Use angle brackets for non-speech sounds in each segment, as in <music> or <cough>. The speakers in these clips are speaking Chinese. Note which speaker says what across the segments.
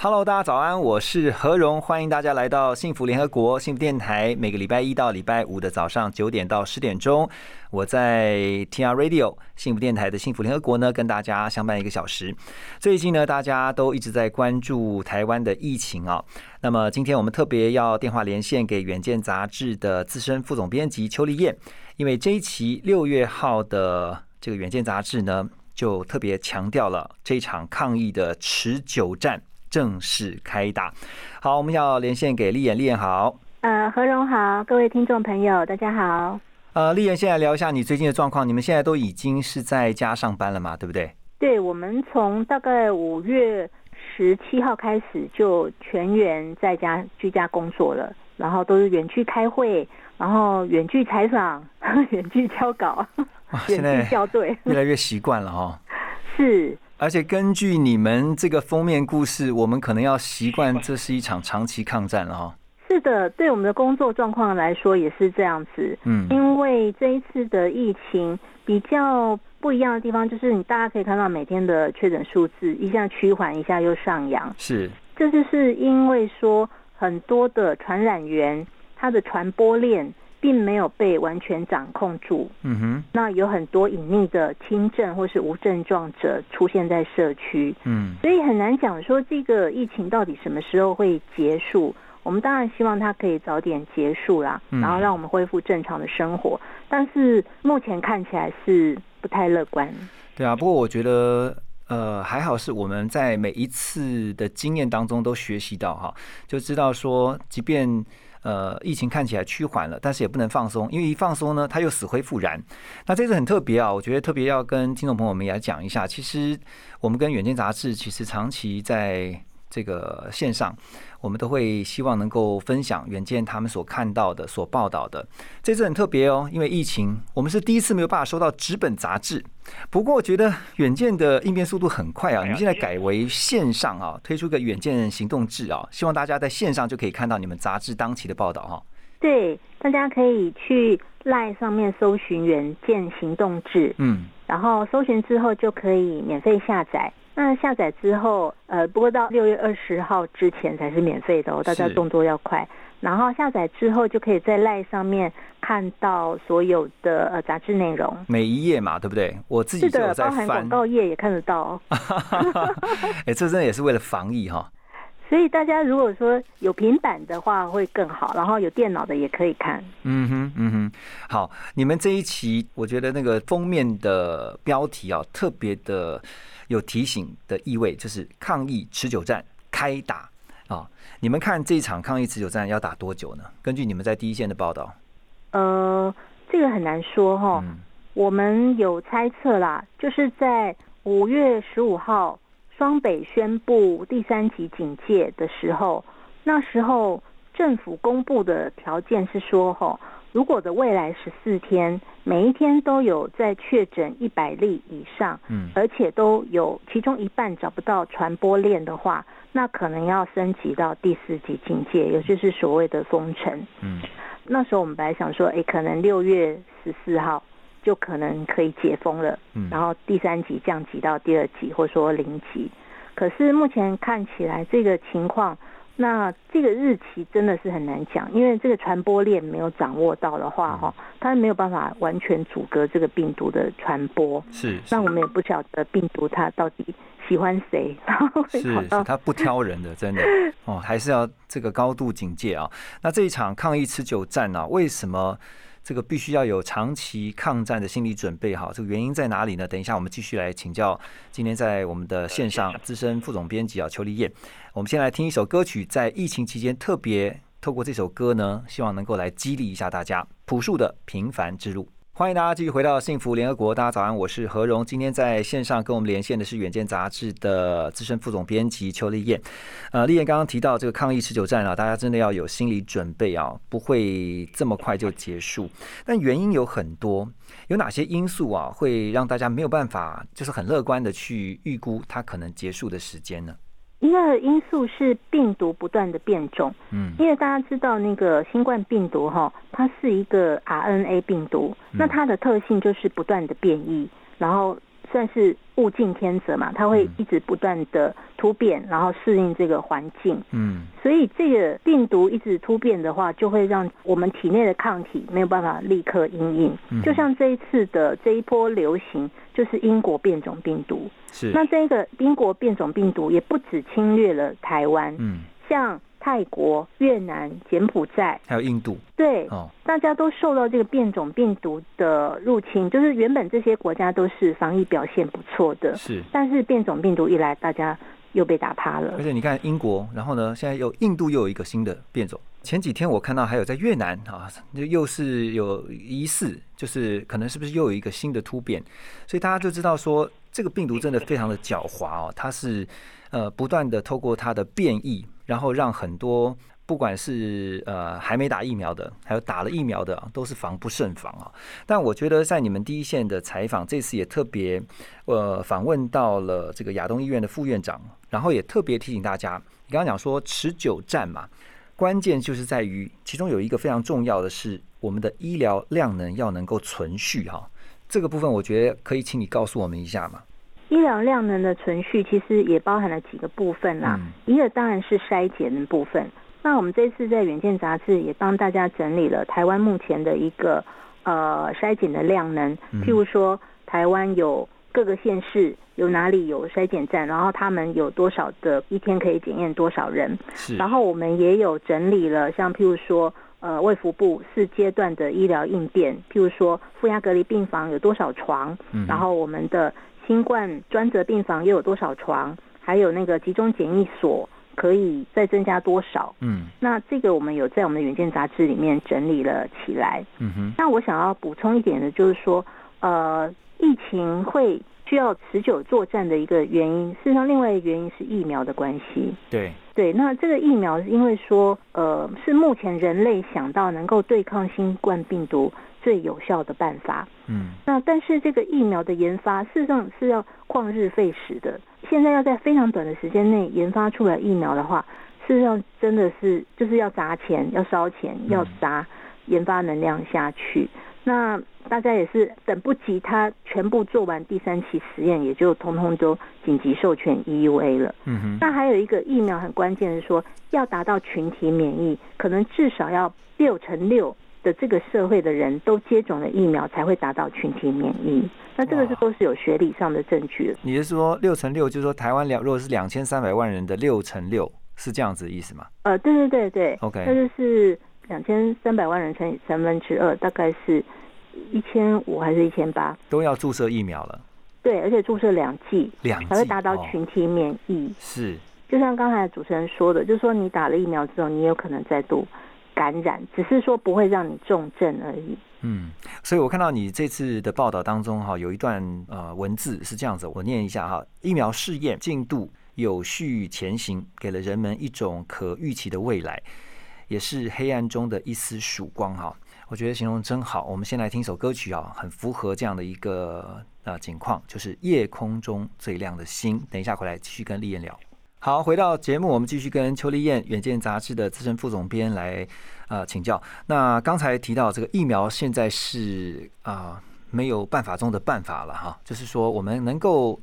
Speaker 1: Hello，大家早安，我是何荣，欢迎大家来到幸福联合国幸福电台，每个礼拜一到礼拜五的早上九点到十点钟，我在 TR Radio 幸福电台的幸福联合国呢，跟大家相伴一个小时。最近呢，大家都一直在关注台湾的疫情啊、那么今天我们特别要电话连线给《远见》杂志的资深副总编辑邱丽燕，因为这一期六月号的这个《远见》杂志呢，就特别强调了这场抗疫的持久战正式开打。好，我们要连线给丽燕，丽燕好。
Speaker 2: 呃，何荣好，各位听众朋友，大家好。
Speaker 1: 呃，丽燕，现在聊一下你最近的状况。你们现在都已经是在家上班了嘛，对不对？
Speaker 2: 对我们从大概五月十七号开始就全员在家居家工作了，然后都是远距开会，然后远距采访， <laughs> 远距交稿，
Speaker 1: 哇，啊
Speaker 2: <laughs>
Speaker 1: 现
Speaker 2: 远距
Speaker 1: 在
Speaker 2: 校对，
Speaker 1: 越来越习惯了哦。
Speaker 2: 是
Speaker 1: 而且根据你们这个封面故事，我们可能要习惯这是一场长期抗战了哦。
Speaker 2: 是的，对我们的工作状况来说也是这样子。
Speaker 1: 嗯
Speaker 2: 因为这一次的疫情比较不一样的地方，就是你大家可以看到每天的确诊数字一下趋缓，一下又上扬。
Speaker 1: 是，
Speaker 2: 这就是因为说很多的传染源，它的传播链并没有被完全掌控住，
Speaker 1: 嗯哼，
Speaker 2: 那有很多隐匿的轻症或是无症状者出现在社区，
Speaker 1: 嗯
Speaker 2: 所以很难讲说这个疫情到底什么时候会结束。我们当然希望它可以早点结束啦，
Speaker 1: 嗯
Speaker 2: 然后让我们恢复正常的生活，但是目前看起来是不太乐观。
Speaker 1: 对啊。不过我觉得，呃，还好是我们在每一次的经验当中都学习到哈，就知道说，即便呃疫情看起来趋缓了，但是也不能放松，因为一放松呢，它又死灰复燃。那这次很特别啊，我觉得特别要跟听众朋友们也来讲一下，其实我们跟《远见》杂志其实长期在这个线上。我们都会希望能够分享远见他们所看到的、所报道的。这次很特别哦，因为疫情，我们是第一次没有办法收到纸本杂志。不过，我觉得远见的应变速度很快啊，你们现在改为线上啊，推出个远见行动制啊，希望大家在线上就可以看到你们杂志当期的报道哈、
Speaker 2: 对，大家可以去 LINE 上面搜寻“远见行动制”，
Speaker 1: 嗯，
Speaker 2: 然后搜寻之后就可以免费下载。那下载之后，呃，不过到六月二十号之前才是免费的哦，大家
Speaker 1: 是
Speaker 2: 动作要快。然后下载之后就可以在 LINE 上面看到所有的呃杂志内容。
Speaker 1: 每一页嘛，对不对？我自己
Speaker 2: 是
Speaker 1: 就有
Speaker 2: 的，
Speaker 1: 在
Speaker 2: 包含广
Speaker 1: 翻。
Speaker 2: 告页也看得到
Speaker 1: <laughs>
Speaker 2: 哦。
Speaker 1: 哎，这真的也是为了防疫哈、
Speaker 2: 所以大家如果说有平板的话会更好，然后有电脑的也可以看。
Speaker 1: 嗯哼，嗯哼，好，你们这一期我觉得那个封面的标题啊，特别的有提醒的意味，就是抗疫持久战开打啊、你们看这一场抗疫持久战要打多久呢？根据你们在第一线的报道，
Speaker 2: 呃，这个很难说哦哈、
Speaker 1: 嗯
Speaker 2: 我们有猜测啦，就是在五月十五号双北宣布第三级警戒的时候，那时候政府公布的条件是说，吼，如果的未来十四天每一天都有在确诊一百例以上，
Speaker 1: 嗯
Speaker 2: 而且都有其中一半找不到传播链的话，那可能要升级到第四级警戒，也就是所谓的封城。
Speaker 1: 嗯，
Speaker 2: 那时候我们本来想说，诶，哎可能六月十四号就可能可以解封了，
Speaker 1: 嗯
Speaker 2: 然后第三级降级到第二级，或者说零级。可是目前看起来这个情况，那这个日期真的是很难讲，因为这个传播链没有掌握到的
Speaker 1: 嗯
Speaker 2: 话，哈、它没有办法完全阻隔这个病毒的传播。
Speaker 1: 是，
Speaker 2: 那我们也不晓得病毒它到底喜欢谁，然后会
Speaker 1: 是
Speaker 2: 跑
Speaker 1: 是，
Speaker 2: 到
Speaker 1: 他不挑人
Speaker 2: <laughs>
Speaker 1: 的，真的哦，还是要这个高度警戒啊。那这一场抗疫持久战啊，为什么这个必须要有长期抗战的心理准备好？这个原因在哪里呢？等一下我们继续来请教今天在我们的呃线上资深副总编辑啊邱丽燕。我们先来听一首歌曲，在疫情期间特别透过这首歌呢，希望能够来激励一下大家。朴树的《平凡之路》。欢迎大家继续回到幸福联合国，大家早安，我是何荣。今天在线上跟我们连线的是《远见》杂志的资深副总编辑邱丽燕。呃，丽燕刚刚提到这个抗疫持久战啊，大家真的要有心理准备啊，不会这么快就结束。但原因有很多，有哪些因素啊，会让大家没有办法，就是很乐观的去预估它可能结束的时间呢？
Speaker 2: 一个因素是病毒不断的变种，
Speaker 1: 嗯
Speaker 2: 因为大家知道那个新冠病毒哈，它是一个 RNA 病毒，那它的特性就是不断的变异，然后算是物竞天择嘛，它会一直不断的突变，然后适应这个环境。
Speaker 1: 嗯
Speaker 2: 所以这个病毒一直突变的话，就会让我们体内的抗体没有办法立刻应
Speaker 1: 嗯
Speaker 2: 应。就像这一次的这一波流行，就是英国变种病毒。
Speaker 1: 是
Speaker 2: 那这个英国变种病毒也不止侵略了台湾，
Speaker 1: 嗯，
Speaker 2: 像泰国、越南、柬埔寨，
Speaker 1: 还有印度
Speaker 2: 对，
Speaker 1: 哦，
Speaker 2: 大家都受到这个变种病毒的入侵。就是原本这些国家都是防疫表现不错的，
Speaker 1: 是。
Speaker 2: 但是变种病毒一来，大家又被打趴了
Speaker 1: 而。且你看英国，然后呢，现在有印度又有一个新的变种。前几天我看到还有在越南啊，就又是有疑似，就是可能是不是又有一个新的突变，所以大家就知道说这个病毒真的非常的狡猾哦，它是呃不断的透过它的变异，然后让很多不管是呃还没打疫苗的，还有打了疫苗的啊，都是防不胜防啊。但我觉得在你们第一线的采访，这次也特别呃访问到了这个亚东医院的副院长，然后也特别提醒大家，你刚刚讲说持久战嘛，关键就是在于其中有一个非常重要的是我们的医疗量能要能够存续哈、这个部分我觉得可以请你告诉我们一下嘛。
Speaker 2: 医疗量能的存续其实也包含了几个部分啦，
Speaker 1: 嗯
Speaker 2: 一个当然是筛检的部分。那我们这次在《远见》杂志也帮大家整理了台湾目前的一个呃筛检的量能，
Speaker 1: 嗯
Speaker 2: 譬如说台湾有各个县市有哪里有筛检站，然后他们有多少的一天可以检验多少人，
Speaker 1: 是
Speaker 2: 然后我们也有整理了，像譬如说，呃，卫福部四阶段的医疗应变，譬如说负压隔离病房有多少床，
Speaker 1: 嗯
Speaker 2: 然后我们的新冠专责病房又有多少床，还有那个集中检疫所可以再增加多少。
Speaker 1: 嗯
Speaker 2: 那这个我们有在我们的《远见》杂志里面整理了起来。
Speaker 1: 嗯哼
Speaker 2: 那我想要补充一点的就是说，呃，疫情会需要持久作战的一个原因，事实上另外一个原因是疫苗的关系。
Speaker 1: 对
Speaker 2: 对，那这个疫苗是因为说，呃，是目前人类想到能够对抗新冠病毒最有效的办法。
Speaker 1: 嗯
Speaker 2: 那但是这个疫苗的研发，事实上是要旷日费时的。现在要在非常短的时间内研发出来疫苗的话，事实上真的是就是要砸钱、要烧钱、要砸研发能量下去。那大家也是等不及它全部做完第三期实验，也就通通都紧急授权 EUA 了。
Speaker 1: 嗯哼
Speaker 2: 那还有一个疫苗很关键的是说，要达到群体免疫，可能至少要六乘六的这个社会的人都接种了疫苗，才会达到群体免疫。那这个是
Speaker 1: 哇
Speaker 2: 都是有学理上的证据的。
Speaker 1: 你是说六乘六，就是说台湾两如果是两千三百万人的六乘六是这样子的意思吗？
Speaker 2: 呃，对对对对
Speaker 1: OK
Speaker 2: 那就是两千三百万人乘以三分之二，大概是一千五还是一千八？
Speaker 1: 都要注射疫苗了，
Speaker 2: 对，而且注射两剂
Speaker 1: 两剂
Speaker 2: 才会达到
Speaker 1: 哦
Speaker 2: 群体免疫。
Speaker 1: 是
Speaker 2: 就像刚才主持人说的，就是说你打了疫苗之后，你有可能再度感染，只是说不会让你重症而已。
Speaker 1: 嗯，所以我看到你这次的报道当中哈，有一段呃文字是这样子，我念一下哈：疫苗试验进度有序前行，给了人们一种可预期的未来，也是黑暗中的一丝曙光哈。我觉得形容真好。我们先来听首歌曲啊，很符合这样的一个呃情况，就是夜空中最亮的星。等一下回来继续跟丽燕聊。好，回到节目，我们继续跟邱丽燕《远见》杂志的资深副总编来呃请教。那刚才提到这个疫苗现在是啊、没有办法中的办法了哈，就是说我们能够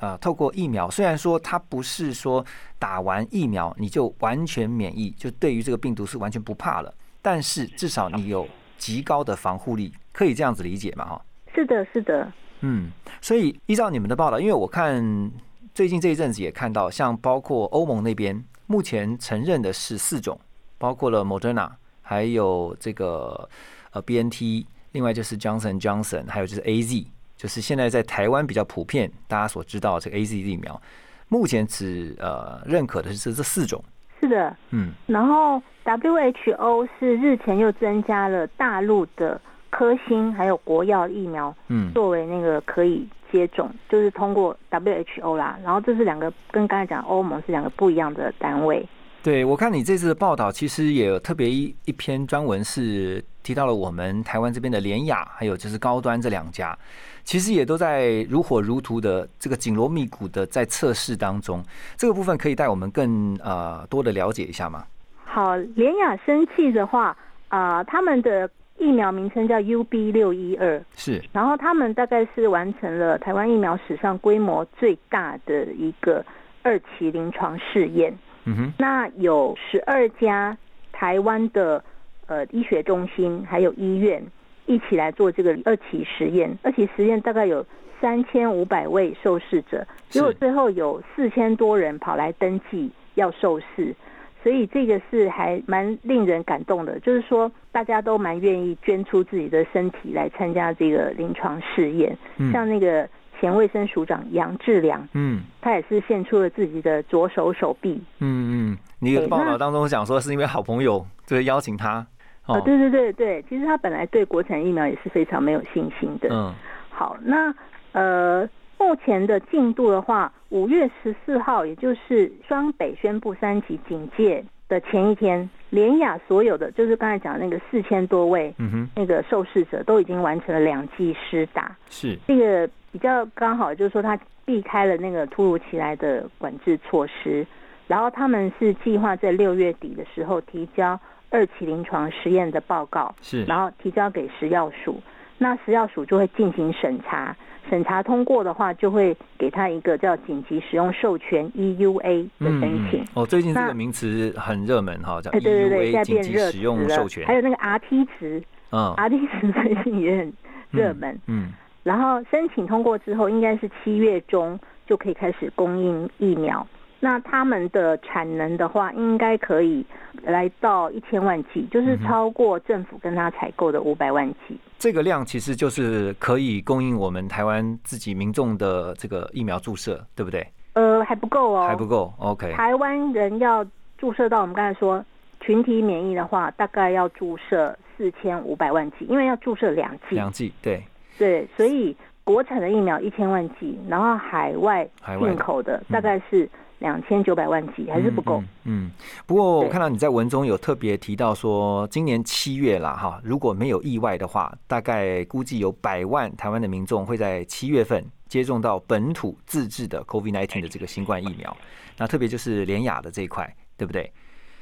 Speaker 1: 啊透过疫苗，虽然说它不是说打完疫苗你就完全免疫，就对于这个病毒是完全不怕了，但是至少你有极高的防护力，可以这样子理解嘛哈？
Speaker 2: 是的，是的，
Speaker 1: 嗯，所以依照你们的报道，因为我看最近这一阵子也看到，像包括欧盟那边目前承认的是四种，包括了 Moderna，还有这个呃 BNT，另外就是 Johnson Johnson，还有就是 AZ，就是现在在台湾比较普遍大家所知道的这个 AZ 疫苗，目前只呃认可的是这四种。
Speaker 2: 是的。
Speaker 1: 嗯
Speaker 2: 然后 WHO 是日前又增加了大陆的科兴还有国药疫苗
Speaker 1: 嗯
Speaker 2: 作为那个可以接种，就是通过 WHO 啦。然后这是两个跟刚才讲欧盟是两个不一样的单位。
Speaker 1: 对，我看你这次的报道，其实也有特别一一篇专文是提到了我们台湾这边的联雅，还有就是高端这两家，其实也都在如火如荼的这个紧锣密鼓的在测试当中。这个部分可以带我们更呃多的了解一下吗？
Speaker 2: 好，联雅生气的话啊、他们的疫苗名称叫 UB 六一二，
Speaker 1: 是，
Speaker 2: 然后他们大概是完成了台湾疫苗史上规模最大的一个二期临床试验。
Speaker 1: 嗯哼，
Speaker 2: 那有十二家台湾的呃医学中心还有医院一起来做这个二期实验，二期实验大概有三千五百位受试者，
Speaker 1: 是
Speaker 2: 结果最后有四千多人跑来登记要受试。所以这个是还蛮令人感动的，就是说大家都蛮愿意捐出自己的身体来参加这个临床试验，像
Speaker 1: 嗯
Speaker 2: 那个前卫生署长杨志良，
Speaker 1: 嗯
Speaker 2: 他也是献出了自己的左手手臂，
Speaker 1: 嗯嗯，你的
Speaker 2: 对
Speaker 1: 报道
Speaker 2: 那
Speaker 1: 当中讲说是因为好朋友就是邀请他，
Speaker 2: 哦，对对对对，其实他本来对国产疫苗也是非常没有信心的。
Speaker 1: 嗯
Speaker 2: 好，那呃，目前的进度的话，五月十四号，也就是双北宣布三级警戒的前一天，联雅所有的就是刚才讲的那个四千多位
Speaker 1: 嗯哼，
Speaker 2: 那个受试者都已经完成了两剂施打，
Speaker 1: 是，
Speaker 2: 这个比较刚好就是说他避开了那个突如其来的管制措施，然后他们是计划在六月底的时候提交二期临床实验的报告，
Speaker 1: 是
Speaker 2: 然后提交给食药署，那食药署就会进行审查，审查通过的话就会给他一个叫紧急使用授权 EUA 的申请。
Speaker 1: 哦，最近这
Speaker 2: 那
Speaker 1: 个名词很热门哈，叫
Speaker 2: 哎，对对对，现
Speaker 1: EUA
Speaker 2: 在
Speaker 1: E 紧
Speaker 2: 变
Speaker 1: 急
Speaker 2: 热
Speaker 1: 使
Speaker 2: 词
Speaker 1: 用
Speaker 2: 了
Speaker 1: 授权
Speaker 2: 还，有那个 RT 值
Speaker 1: 嗯，
Speaker 2: ，RT 值 <laughs> 最近也很热门。
Speaker 1: 嗯，嗯，
Speaker 2: 然后申请通过之后，应该是七月中就可以开始供应疫苗。那他们的产能的话，应该可以来到一千万剂，
Speaker 1: 嗯
Speaker 2: 就是超过政府跟他采购的五百万剂。
Speaker 1: 这个量其实就是可以供应我们台湾自己民众的这个疫苗注射，对不对？
Speaker 2: 呃，还不够哦，
Speaker 1: 还不够，OK，
Speaker 2: 台湾人要注射到我们刚才说群体免疫的话，大概要注射四千五百万剂，因为要注射两剂。
Speaker 1: 两剂，对，
Speaker 2: 对，所以国产的疫苗一千万剂，然后海外
Speaker 1: 海外的
Speaker 2: 进口的
Speaker 1: 嗯
Speaker 2: 大概是两千九百万剂，还是不够。
Speaker 1: 嗯。嗯，嗯不过我
Speaker 2: 对
Speaker 1: 看到你在文中有特别提到说，今年七月啦，哈，如果没有意外的话，大概估计有百万台湾的民众会在七月份接种到本土自制的 COVID-19 的这个新冠疫苗，那特别就是联雅的这一块，对不对？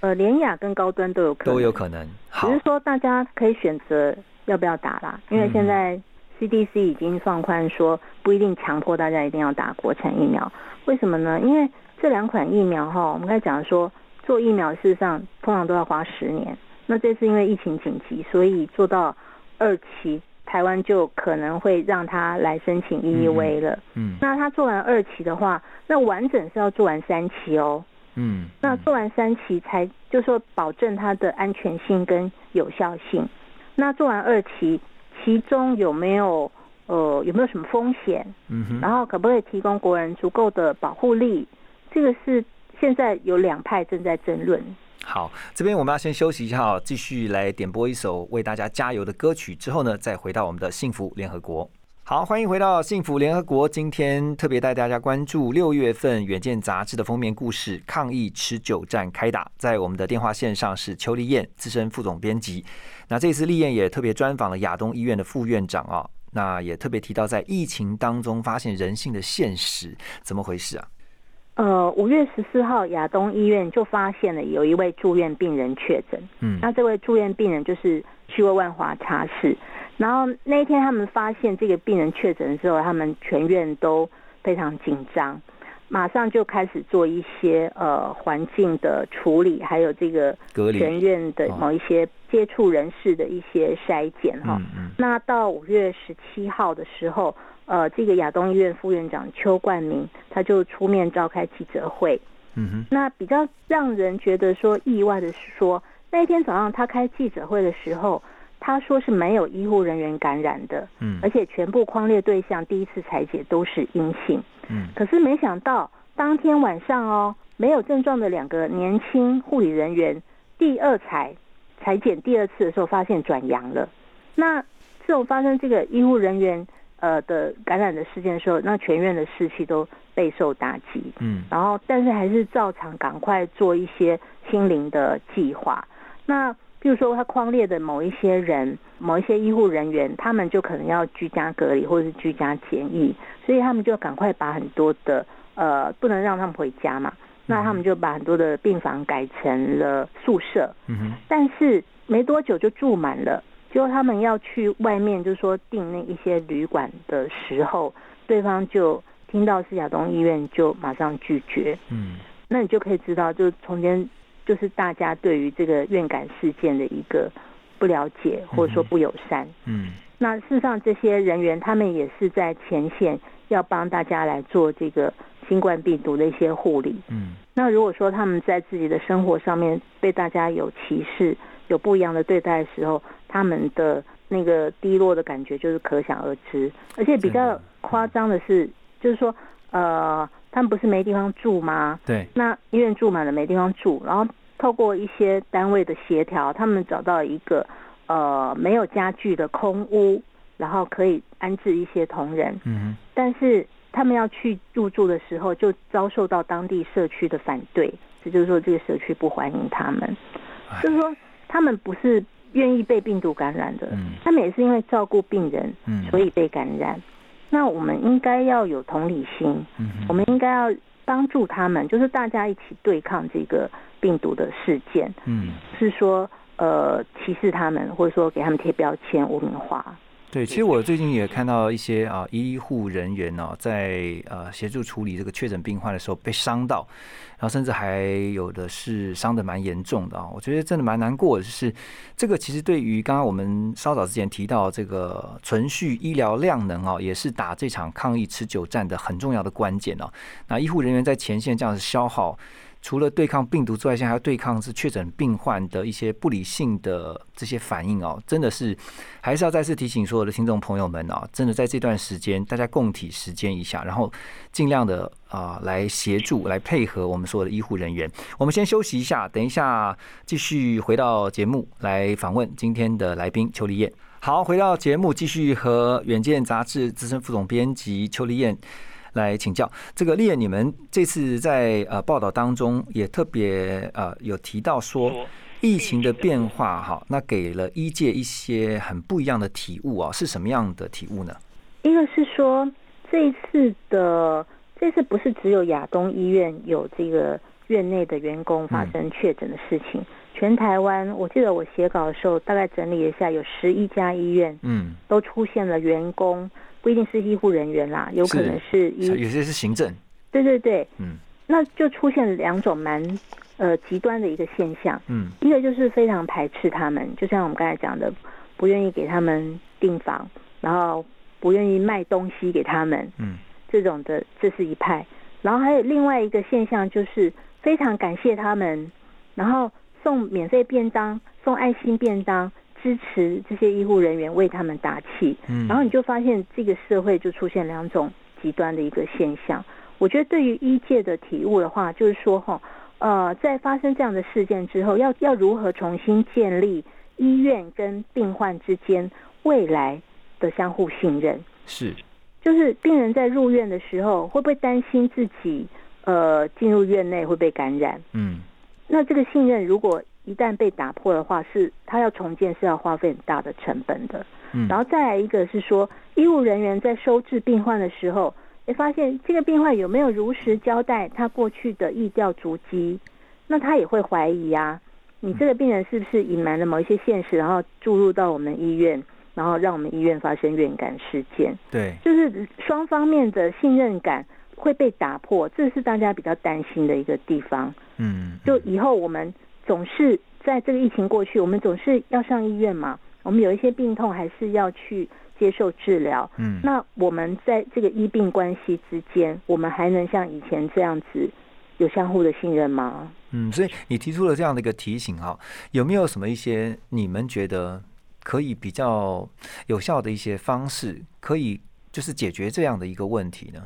Speaker 2: 呃，联雅跟高端都有可能，
Speaker 1: 都有可能。好嗯
Speaker 2: 只，是说大家可以选择要不要打啦，因为现在 CDC 已经放宽说不一定强迫大家一定要打国产疫苗，为什么呢？因为这两款疫苗哈，我们刚才讲说做疫苗事实上通常都要花十年，那这次因为疫情紧急，所以做到二期。台湾就可能会让他来申请 EUV 了。
Speaker 1: 嗯
Speaker 2: 那他做完二期的话，那完整是要做完三期哦。
Speaker 1: 嗯，
Speaker 2: 那
Speaker 1: 嗯
Speaker 2: 做完三期才就说保证它的安全性跟有效性。那做完二期，其中有没有呃有没有什么风险？
Speaker 1: 嗯哼，
Speaker 2: 然后可不可以提供国人足够的保护力？这个是现在有两派正在争论。
Speaker 1: 好，这边我们要先休息一下哦，继续来点播一首为大家加油的歌曲，之后呢，再回到我们的幸福联合国。好，欢迎回到幸福联合国。今天特别带大家关注六月份《远见》杂志的封面故事“抗疫持久战”开打。在我们的电话线上是邱丽燕，资深副总编辑。那这次丽燕也特别专访了亚东医院的副院长哦，那也特别提到在疫情当中发现人性的现实，怎么回事啊？
Speaker 2: 呃，五月十四号，亚东医院就发现了有一位住院病人确诊，
Speaker 1: 嗯
Speaker 2: 那这位住院病人就是去过万华茶室，然后那一天他们发现这个病人确诊之后，他们全院都非常紧张，马上就开始做一些呃环境的处理，还有这个
Speaker 1: 隔离
Speaker 2: 全院的
Speaker 1: 哦
Speaker 2: 某一些接触人士的一些筛检哈。
Speaker 1: 嗯嗯，
Speaker 2: 那到五月十七号的时候，呃，这个亚东医院副院长邱冠明他就出面召开记者会。
Speaker 1: 嗯哼，
Speaker 2: 那比较让人觉得说意外的是说，那一天早上他开记者会的时候，他说是没有医护人员感染的，
Speaker 1: 嗯
Speaker 2: 而且全部框列对象第一次裁剪都是阴性。
Speaker 1: 嗯
Speaker 2: 可是没想到当天晚上哦，没有症状的两个年轻护理人员第二裁裁剪第二次的时候，发现转阳了。那这这种发生这个医护人员呃的感染的事件的时候，那全院的士气都备受打击。
Speaker 1: 嗯
Speaker 2: 然后但是还是照常赶快做一些清零的计划。那比如说他框列的某一些人、某一些医护人员，他们就可能要居家隔离或者是居家检疫，所以他们就赶快把很多的呃不能让他们回家嘛，那他们就把很多的病房改成了宿舍。
Speaker 1: 嗯哼
Speaker 2: 但是没多久就住满了。结果他们要去外面，就是说订那一些旅馆的时候，对方就听到是亚东医院，就马上拒绝。
Speaker 1: 嗯
Speaker 2: 那你就可以知道，就从前就是大家对于这个院感事件的一个不了解，或者说不友善。
Speaker 1: 嗯
Speaker 2: 那事实上，这些人员他们也是在前线，要帮大家来做这个新冠病毒的一些护理。
Speaker 1: 嗯
Speaker 2: 那如果说他们在自己的生活上面被大家有歧视、有不一样的对待的时候，他们的那个低落的感觉就是可想而知。而且比较夸张的是，就是说，呃，他们不是没地方住吗？
Speaker 1: 对
Speaker 2: 那医院住满了没地方住，然后透过一些单位的协调，他们找到一个呃没有家具的空屋，然后可以安置一些同仁。
Speaker 1: 嗯
Speaker 2: 但是他们要去入住的时候，就遭受到当地社区的反对，这就是说这个社区不欢迎他们
Speaker 1: 哎，
Speaker 2: 就是说他们不是愿意被病毒感染的，
Speaker 1: 嗯
Speaker 2: 他们也是因为照顾病人，
Speaker 1: 嗯
Speaker 2: 所以被感染。那我们应该要有同理心，
Speaker 1: 嗯哼
Speaker 2: 我们应该要帮助他们，就是大家一起对抗这个病毒的事件，
Speaker 1: 嗯
Speaker 2: 是说呃歧视他们，或者说给他们贴标签、污名化。
Speaker 1: 对，其实我最近也看到一些啊医护人员哦，在呃协助处理这个确诊病患的时候被伤到，然后甚至还有的是伤的蛮严重的啊、我觉得真的蛮难过的，就是这个其实对于刚刚我们稍早之前提到这个存续医疗量能哦，也是打这场抗疫持久战的很重要的关键哦。那医护人员在前线这样子消耗。除了对抗病毒之外，现在还要对抗是确诊病患的一些不理性的这些反应哦，真的是还是要再次提醒所有的听众朋友们啊，真的在这段时间，大家共体时间一下，然后尽量的啊、来协助、来配合我们所有的医护人员。我们先休息一下，等一下继续回到节目来访问今天的来宾邱丽燕。好，回到节目，继续和《远见》杂志资深副总编辑邱丽燕来请教。这个丽燕，你们这次在呃报道当中也特别呃有提到说，疫情的变化哈，那给了医界一些很不一样的体悟哦，是什么样的体悟呢？
Speaker 2: 一个是说这一次的这次不是只有亚东医院有这个院内的员工发生确诊的事情，全台湾我记得我写稿的时候大概整理了一下，有十一家医院
Speaker 1: 嗯，
Speaker 2: 都出现了员工，不一定是医护人员啦，有可能是医，
Speaker 1: 有些是行政，
Speaker 2: 对对对，
Speaker 1: 嗯
Speaker 2: 那就出现了两种蛮呃极端的一个现象，
Speaker 1: 嗯
Speaker 2: 一个就是非常排斥他们，就像我们刚才讲的，不愿意给他们订房，然后不愿意卖东西给他们，
Speaker 1: 嗯
Speaker 2: 这种的，这是一派。然后还有另外一个现象，就是非常感谢他们，然后送免费便当、送爱心便当，支持这些医护人员为他们打气。
Speaker 1: 嗯，
Speaker 2: 然后你就发现这个社会就出现两种极端的一个现象。我觉得对于医界的体悟的话，就是说哈，呃，在发生这样的事件之后，要要如何重新建立医院跟病患之间未来的相互信任？
Speaker 1: 是
Speaker 2: 就是病人在入院的时候，会不会担心自己呃进入院内会被感染？
Speaker 1: 嗯
Speaker 2: 那这个信任如果一旦被打破的话，是他要重建是要花费很大的成本的。
Speaker 1: 嗯，
Speaker 2: 然后再来一个是说，医务人员在收治病患的时候，也发现这个病患有没有如实交代他过去的疫调足迹，那他也会怀疑啊，你这个病人是不是隐瞒了某一些现实，然后注入到我们医院，然后让我们医院发生院感事件。
Speaker 1: 对
Speaker 2: 就是双方面的信任感会被打破，这是大家比较担心的一个地方。
Speaker 1: 嗯
Speaker 2: 就以后我们总是在这个疫情过去，我们总是要上医院嘛，我们有一些病痛还是要去接受治疗。
Speaker 1: 嗯
Speaker 2: 那我们在这个医病关系之间，我们还能像以前这样子有相互的信任吗？
Speaker 1: 嗯，所以你提出了这样的一个提醒哈，有没有什么一些你们觉得可以比较有效的一些方式，可以就是解决这样的一个问题呢？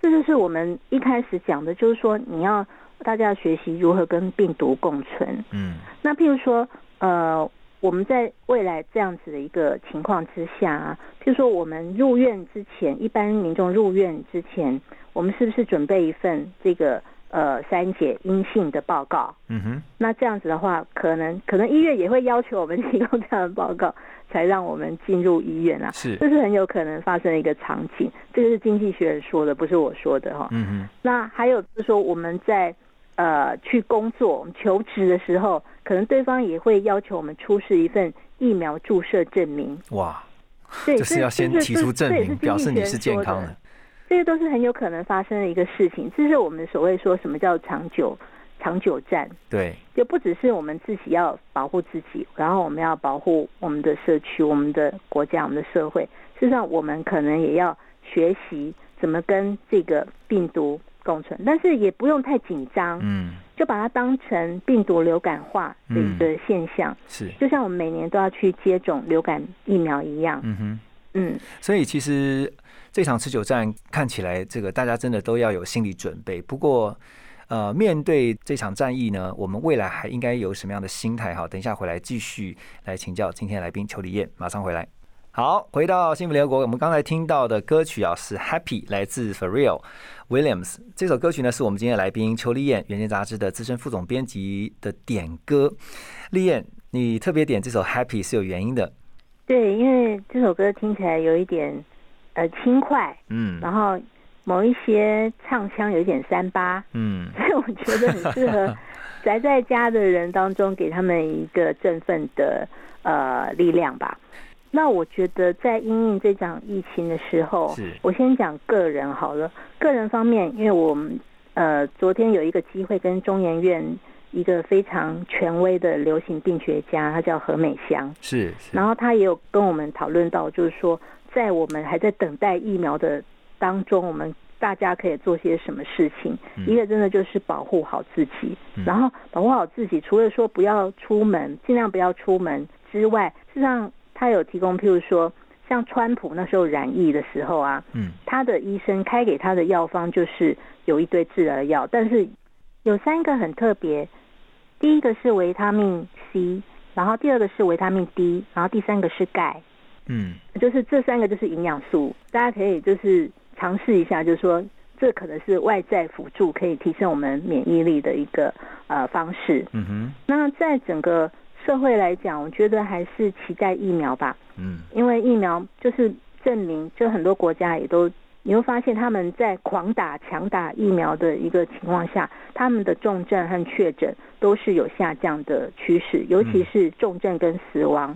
Speaker 2: 这就是我们一开始讲的，就是说你要大家要学习如何跟病毒共存。
Speaker 1: 嗯
Speaker 2: 那譬如说，呃，我们在未来这样子的一个情况之下啊，譬如说我们入院之前，一般民众入院之前，我们是不是准备一份这个呃三姐阴性的报告？
Speaker 1: 嗯哼，
Speaker 2: 那这样子的话，可能可能医院也会要求我们 <laughs> 提供这样的报告，才让我们进入医院啊。
Speaker 1: 是
Speaker 2: 这，是很有可能发生的一个场景，这个是经济学人说的，不是我说的哈、
Speaker 1: 嗯哼，
Speaker 2: 那还有就是说，我们在呃去工作、我们求职的时候，可能对方也会要求我们出示一份疫苗注射证明。
Speaker 1: 哇，
Speaker 2: 对，
Speaker 1: 就是
Speaker 2: 这
Speaker 1: 要先
Speaker 2: 这
Speaker 1: 提出证
Speaker 2: 这也
Speaker 1: 明，
Speaker 2: 是
Speaker 1: 表示
Speaker 2: 经
Speaker 1: 你
Speaker 2: 济学
Speaker 1: 是
Speaker 2: 人
Speaker 1: 健
Speaker 2: 说
Speaker 1: 康
Speaker 2: 的
Speaker 1: 的。
Speaker 2: 这些都是很有可能发生的一个事情。这是我们所谓说什么叫长久长久战，
Speaker 1: 对，
Speaker 2: 就不只是我们自己要保护自己，然后我们要保护我们的社区、我们的国家、我们的社会。事实上，我们可能也要学习怎么跟这个病毒共存，但是也不用太紧张，
Speaker 1: 嗯，
Speaker 2: 就把它当成病毒流感化的一个现象，
Speaker 1: 是，
Speaker 2: 就像我们每年都要去接种流感疫苗一样。
Speaker 1: 嗯哼。
Speaker 2: 嗯，
Speaker 1: 所以其实这场持久战看起来，这个大家真的都要有心理准备。不过，呃，面对这场战役呢，我们未来还应该有什么样的心态？哈，等一下回来继续来请教今天的来宾邱礼燕，马上回来。好，回到幸福联合国，我们刚才听到的歌曲啊是《Happy》，来自 Pharrell Williams。这首歌曲呢是我们今天的来宾邱丽燕，《原件杂志》的资深副总编辑的点歌。丽燕，你特别点这首《Happy》是有原因的，
Speaker 2: 对，因为这首歌听起来有一点呃轻快，
Speaker 1: 嗯
Speaker 2: 然后某一些唱腔有一点三八，
Speaker 1: 嗯，
Speaker 2: <laughs> 所以我觉得很适合宅在家的人当中，给他们一个振奋的呃力量吧。那我觉得在因应这场疫情的时候
Speaker 1: 是，
Speaker 2: 我先讲个人好了。个人方面，因为我们呃昨天有一个机会跟中研院一个非常权威的流行病学家，他叫何美香，
Speaker 1: 是是，
Speaker 2: 然后他也有跟我们讨论到，就是说，在我们还在等待疫苗的当中，我们大家可以做些什么事情？
Speaker 1: 嗯
Speaker 2: 一个真的就是保护好自己，
Speaker 1: 嗯
Speaker 2: 然后保护好自己，除了说不要出门，尽量不要出门之外，事实上他有提供，譬如说，像川普那时候染疫的时候啊，
Speaker 1: 嗯。
Speaker 2: 他的医生开给他的药方就是有一堆治疗药，但是有三个很特别，第一个是维他命 C，然后第二个是维他命 D，然后第三个是钙，
Speaker 1: 嗯，
Speaker 2: 就是这三个就是营养素，大家可以就是尝试一下，就是说这可能是外在辅助可以提升我们免疫力的一个呃方式。
Speaker 1: 嗯哼，
Speaker 2: 那在整个社会来讲，我觉得还是期待疫苗吧。
Speaker 1: 嗯，
Speaker 2: 因为疫苗就是证明，就很多国家也都，你会发现他们在狂打、强打疫苗的一个情况下，他们的重症和确诊都是有下降的趋势，尤其是重症跟死亡，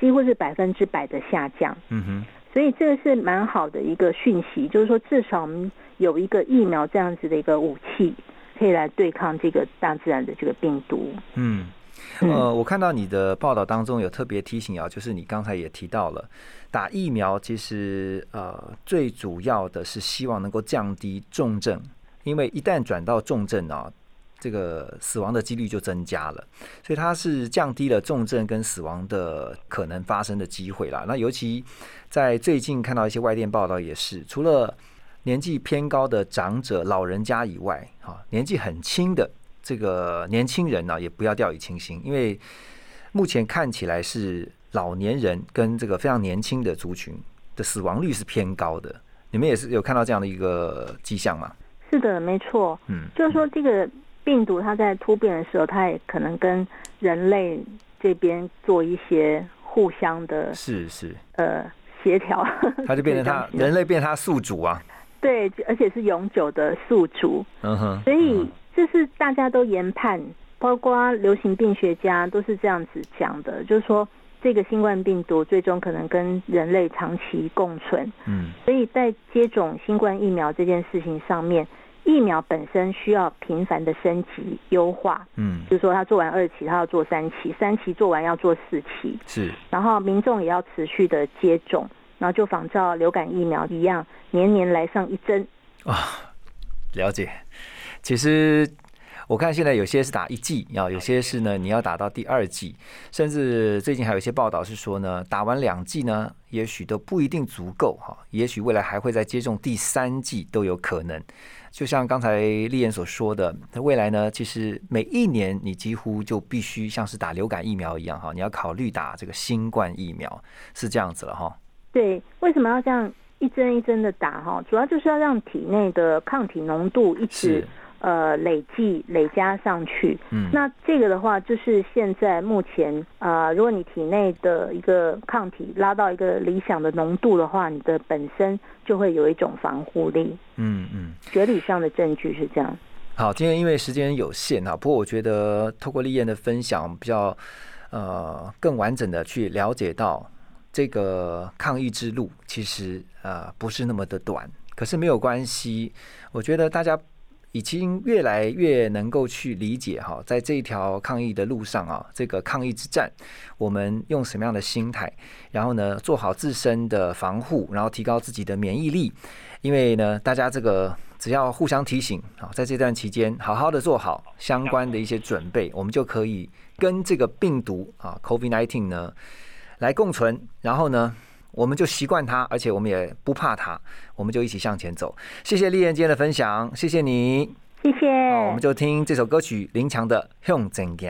Speaker 2: 几乎是百分之百的下降。
Speaker 1: 嗯哼，
Speaker 2: 所以这个是蛮好的一个讯息，就是说至少我们有一个疫苗这样子的一个武器，可以来对抗这个大自然的这个病毒。
Speaker 1: 嗯。呃，我看到你的报道当中有特别提醒啊，就是你刚才也提到了，打疫苗其实呃最主要的是希望能够降低重症，因为一旦转到重症啊，这个死亡的几率就增加了，所以它是降低了重症跟死亡的可能发生的机会啦。那尤其在最近看到一些外电报道也是，除了年纪偏高的长者、老人家以外，哈、年纪很轻的这个年轻人呢、也不要掉以轻心，因为目前看起来是老年人跟这个非常年轻的族群的死亡率是偏高的。你们也是有看到这样的一个迹象吗？
Speaker 2: 是的，没错。
Speaker 1: 嗯，
Speaker 2: 就是说这个病毒它在突变的时候，它也可能跟人类这边做一些互相的
Speaker 1: 是是，
Speaker 2: 呃协
Speaker 1: <laughs>
Speaker 2: 调，
Speaker 1: 他就变成他
Speaker 2: 可以这样形容
Speaker 1: 人类变成他宿主啊，
Speaker 2: <laughs> 对，而且是永久的宿主，
Speaker 1: 嗯哼，
Speaker 2: 所以这是大家都研判，包括流行病学家都是这样子讲的，就是说这个新冠病毒最终可能跟人类长期共存。
Speaker 1: 嗯
Speaker 2: 所以在接种新冠疫苗这件事情上面，疫苗本身需要频繁的升级优化，
Speaker 1: 嗯
Speaker 2: 就是说它做完二期，它要做三期，三期做完要做四期，
Speaker 1: 是，
Speaker 2: 然后民众也要持续的接种，然后就仿照流感疫苗一样，年年来上一针。
Speaker 1: 了解，其实我看现在有些是打一剂啊，有些是呢你要打到第二剂，甚至最近还有一些报道是说呢，打完两剂呢，也许都不一定足够哈，也许未来还会再接种第三剂都有可能。就像刚才丽妍所说的，那未来呢，其实每一年你几乎就必须像是打流感疫苗一样哈，你要考虑打这个新冠疫苗，是这样子了哈。
Speaker 2: 对，为什么要这样一针一针的打哈？主要就是要让体内的抗体浓度一直
Speaker 1: 是，
Speaker 2: 呃累计累加上去。
Speaker 1: 嗯，
Speaker 2: 那这个的话，就是现在目前呃，如果你体内的一个抗体拉到一个理想的浓度的话，你的本身就会有一种防护力。
Speaker 1: 嗯嗯。
Speaker 2: 学理上的证据是这样。
Speaker 1: 好，今天因为时间有限啊哈，不过我觉得透过丽燕的分享，比较呃更完整的去了解到这个抗疫之路，其实呃不是那么的短，可是没有关系，我觉得大家已经越来越能够去理解哈，在这一条抗疫的路上啊，这个抗疫之战，我们用什么样的心态，然后呢做好自身的防护，然后提高自己的免疫力，因为呢，大家这个只要互相提醒啊，在这段期间好好的做好相关的一些准备，我们就可以跟这个病毒啊 COVID-19 呢来共存，然后呢，我们就习惯它，而且我们也不怕它，我们就一起向前走。谢谢丽燕今天的分享，谢谢你。
Speaker 2: 谢谢。
Speaker 1: 好，我们就听这首歌曲林强的《向前行》。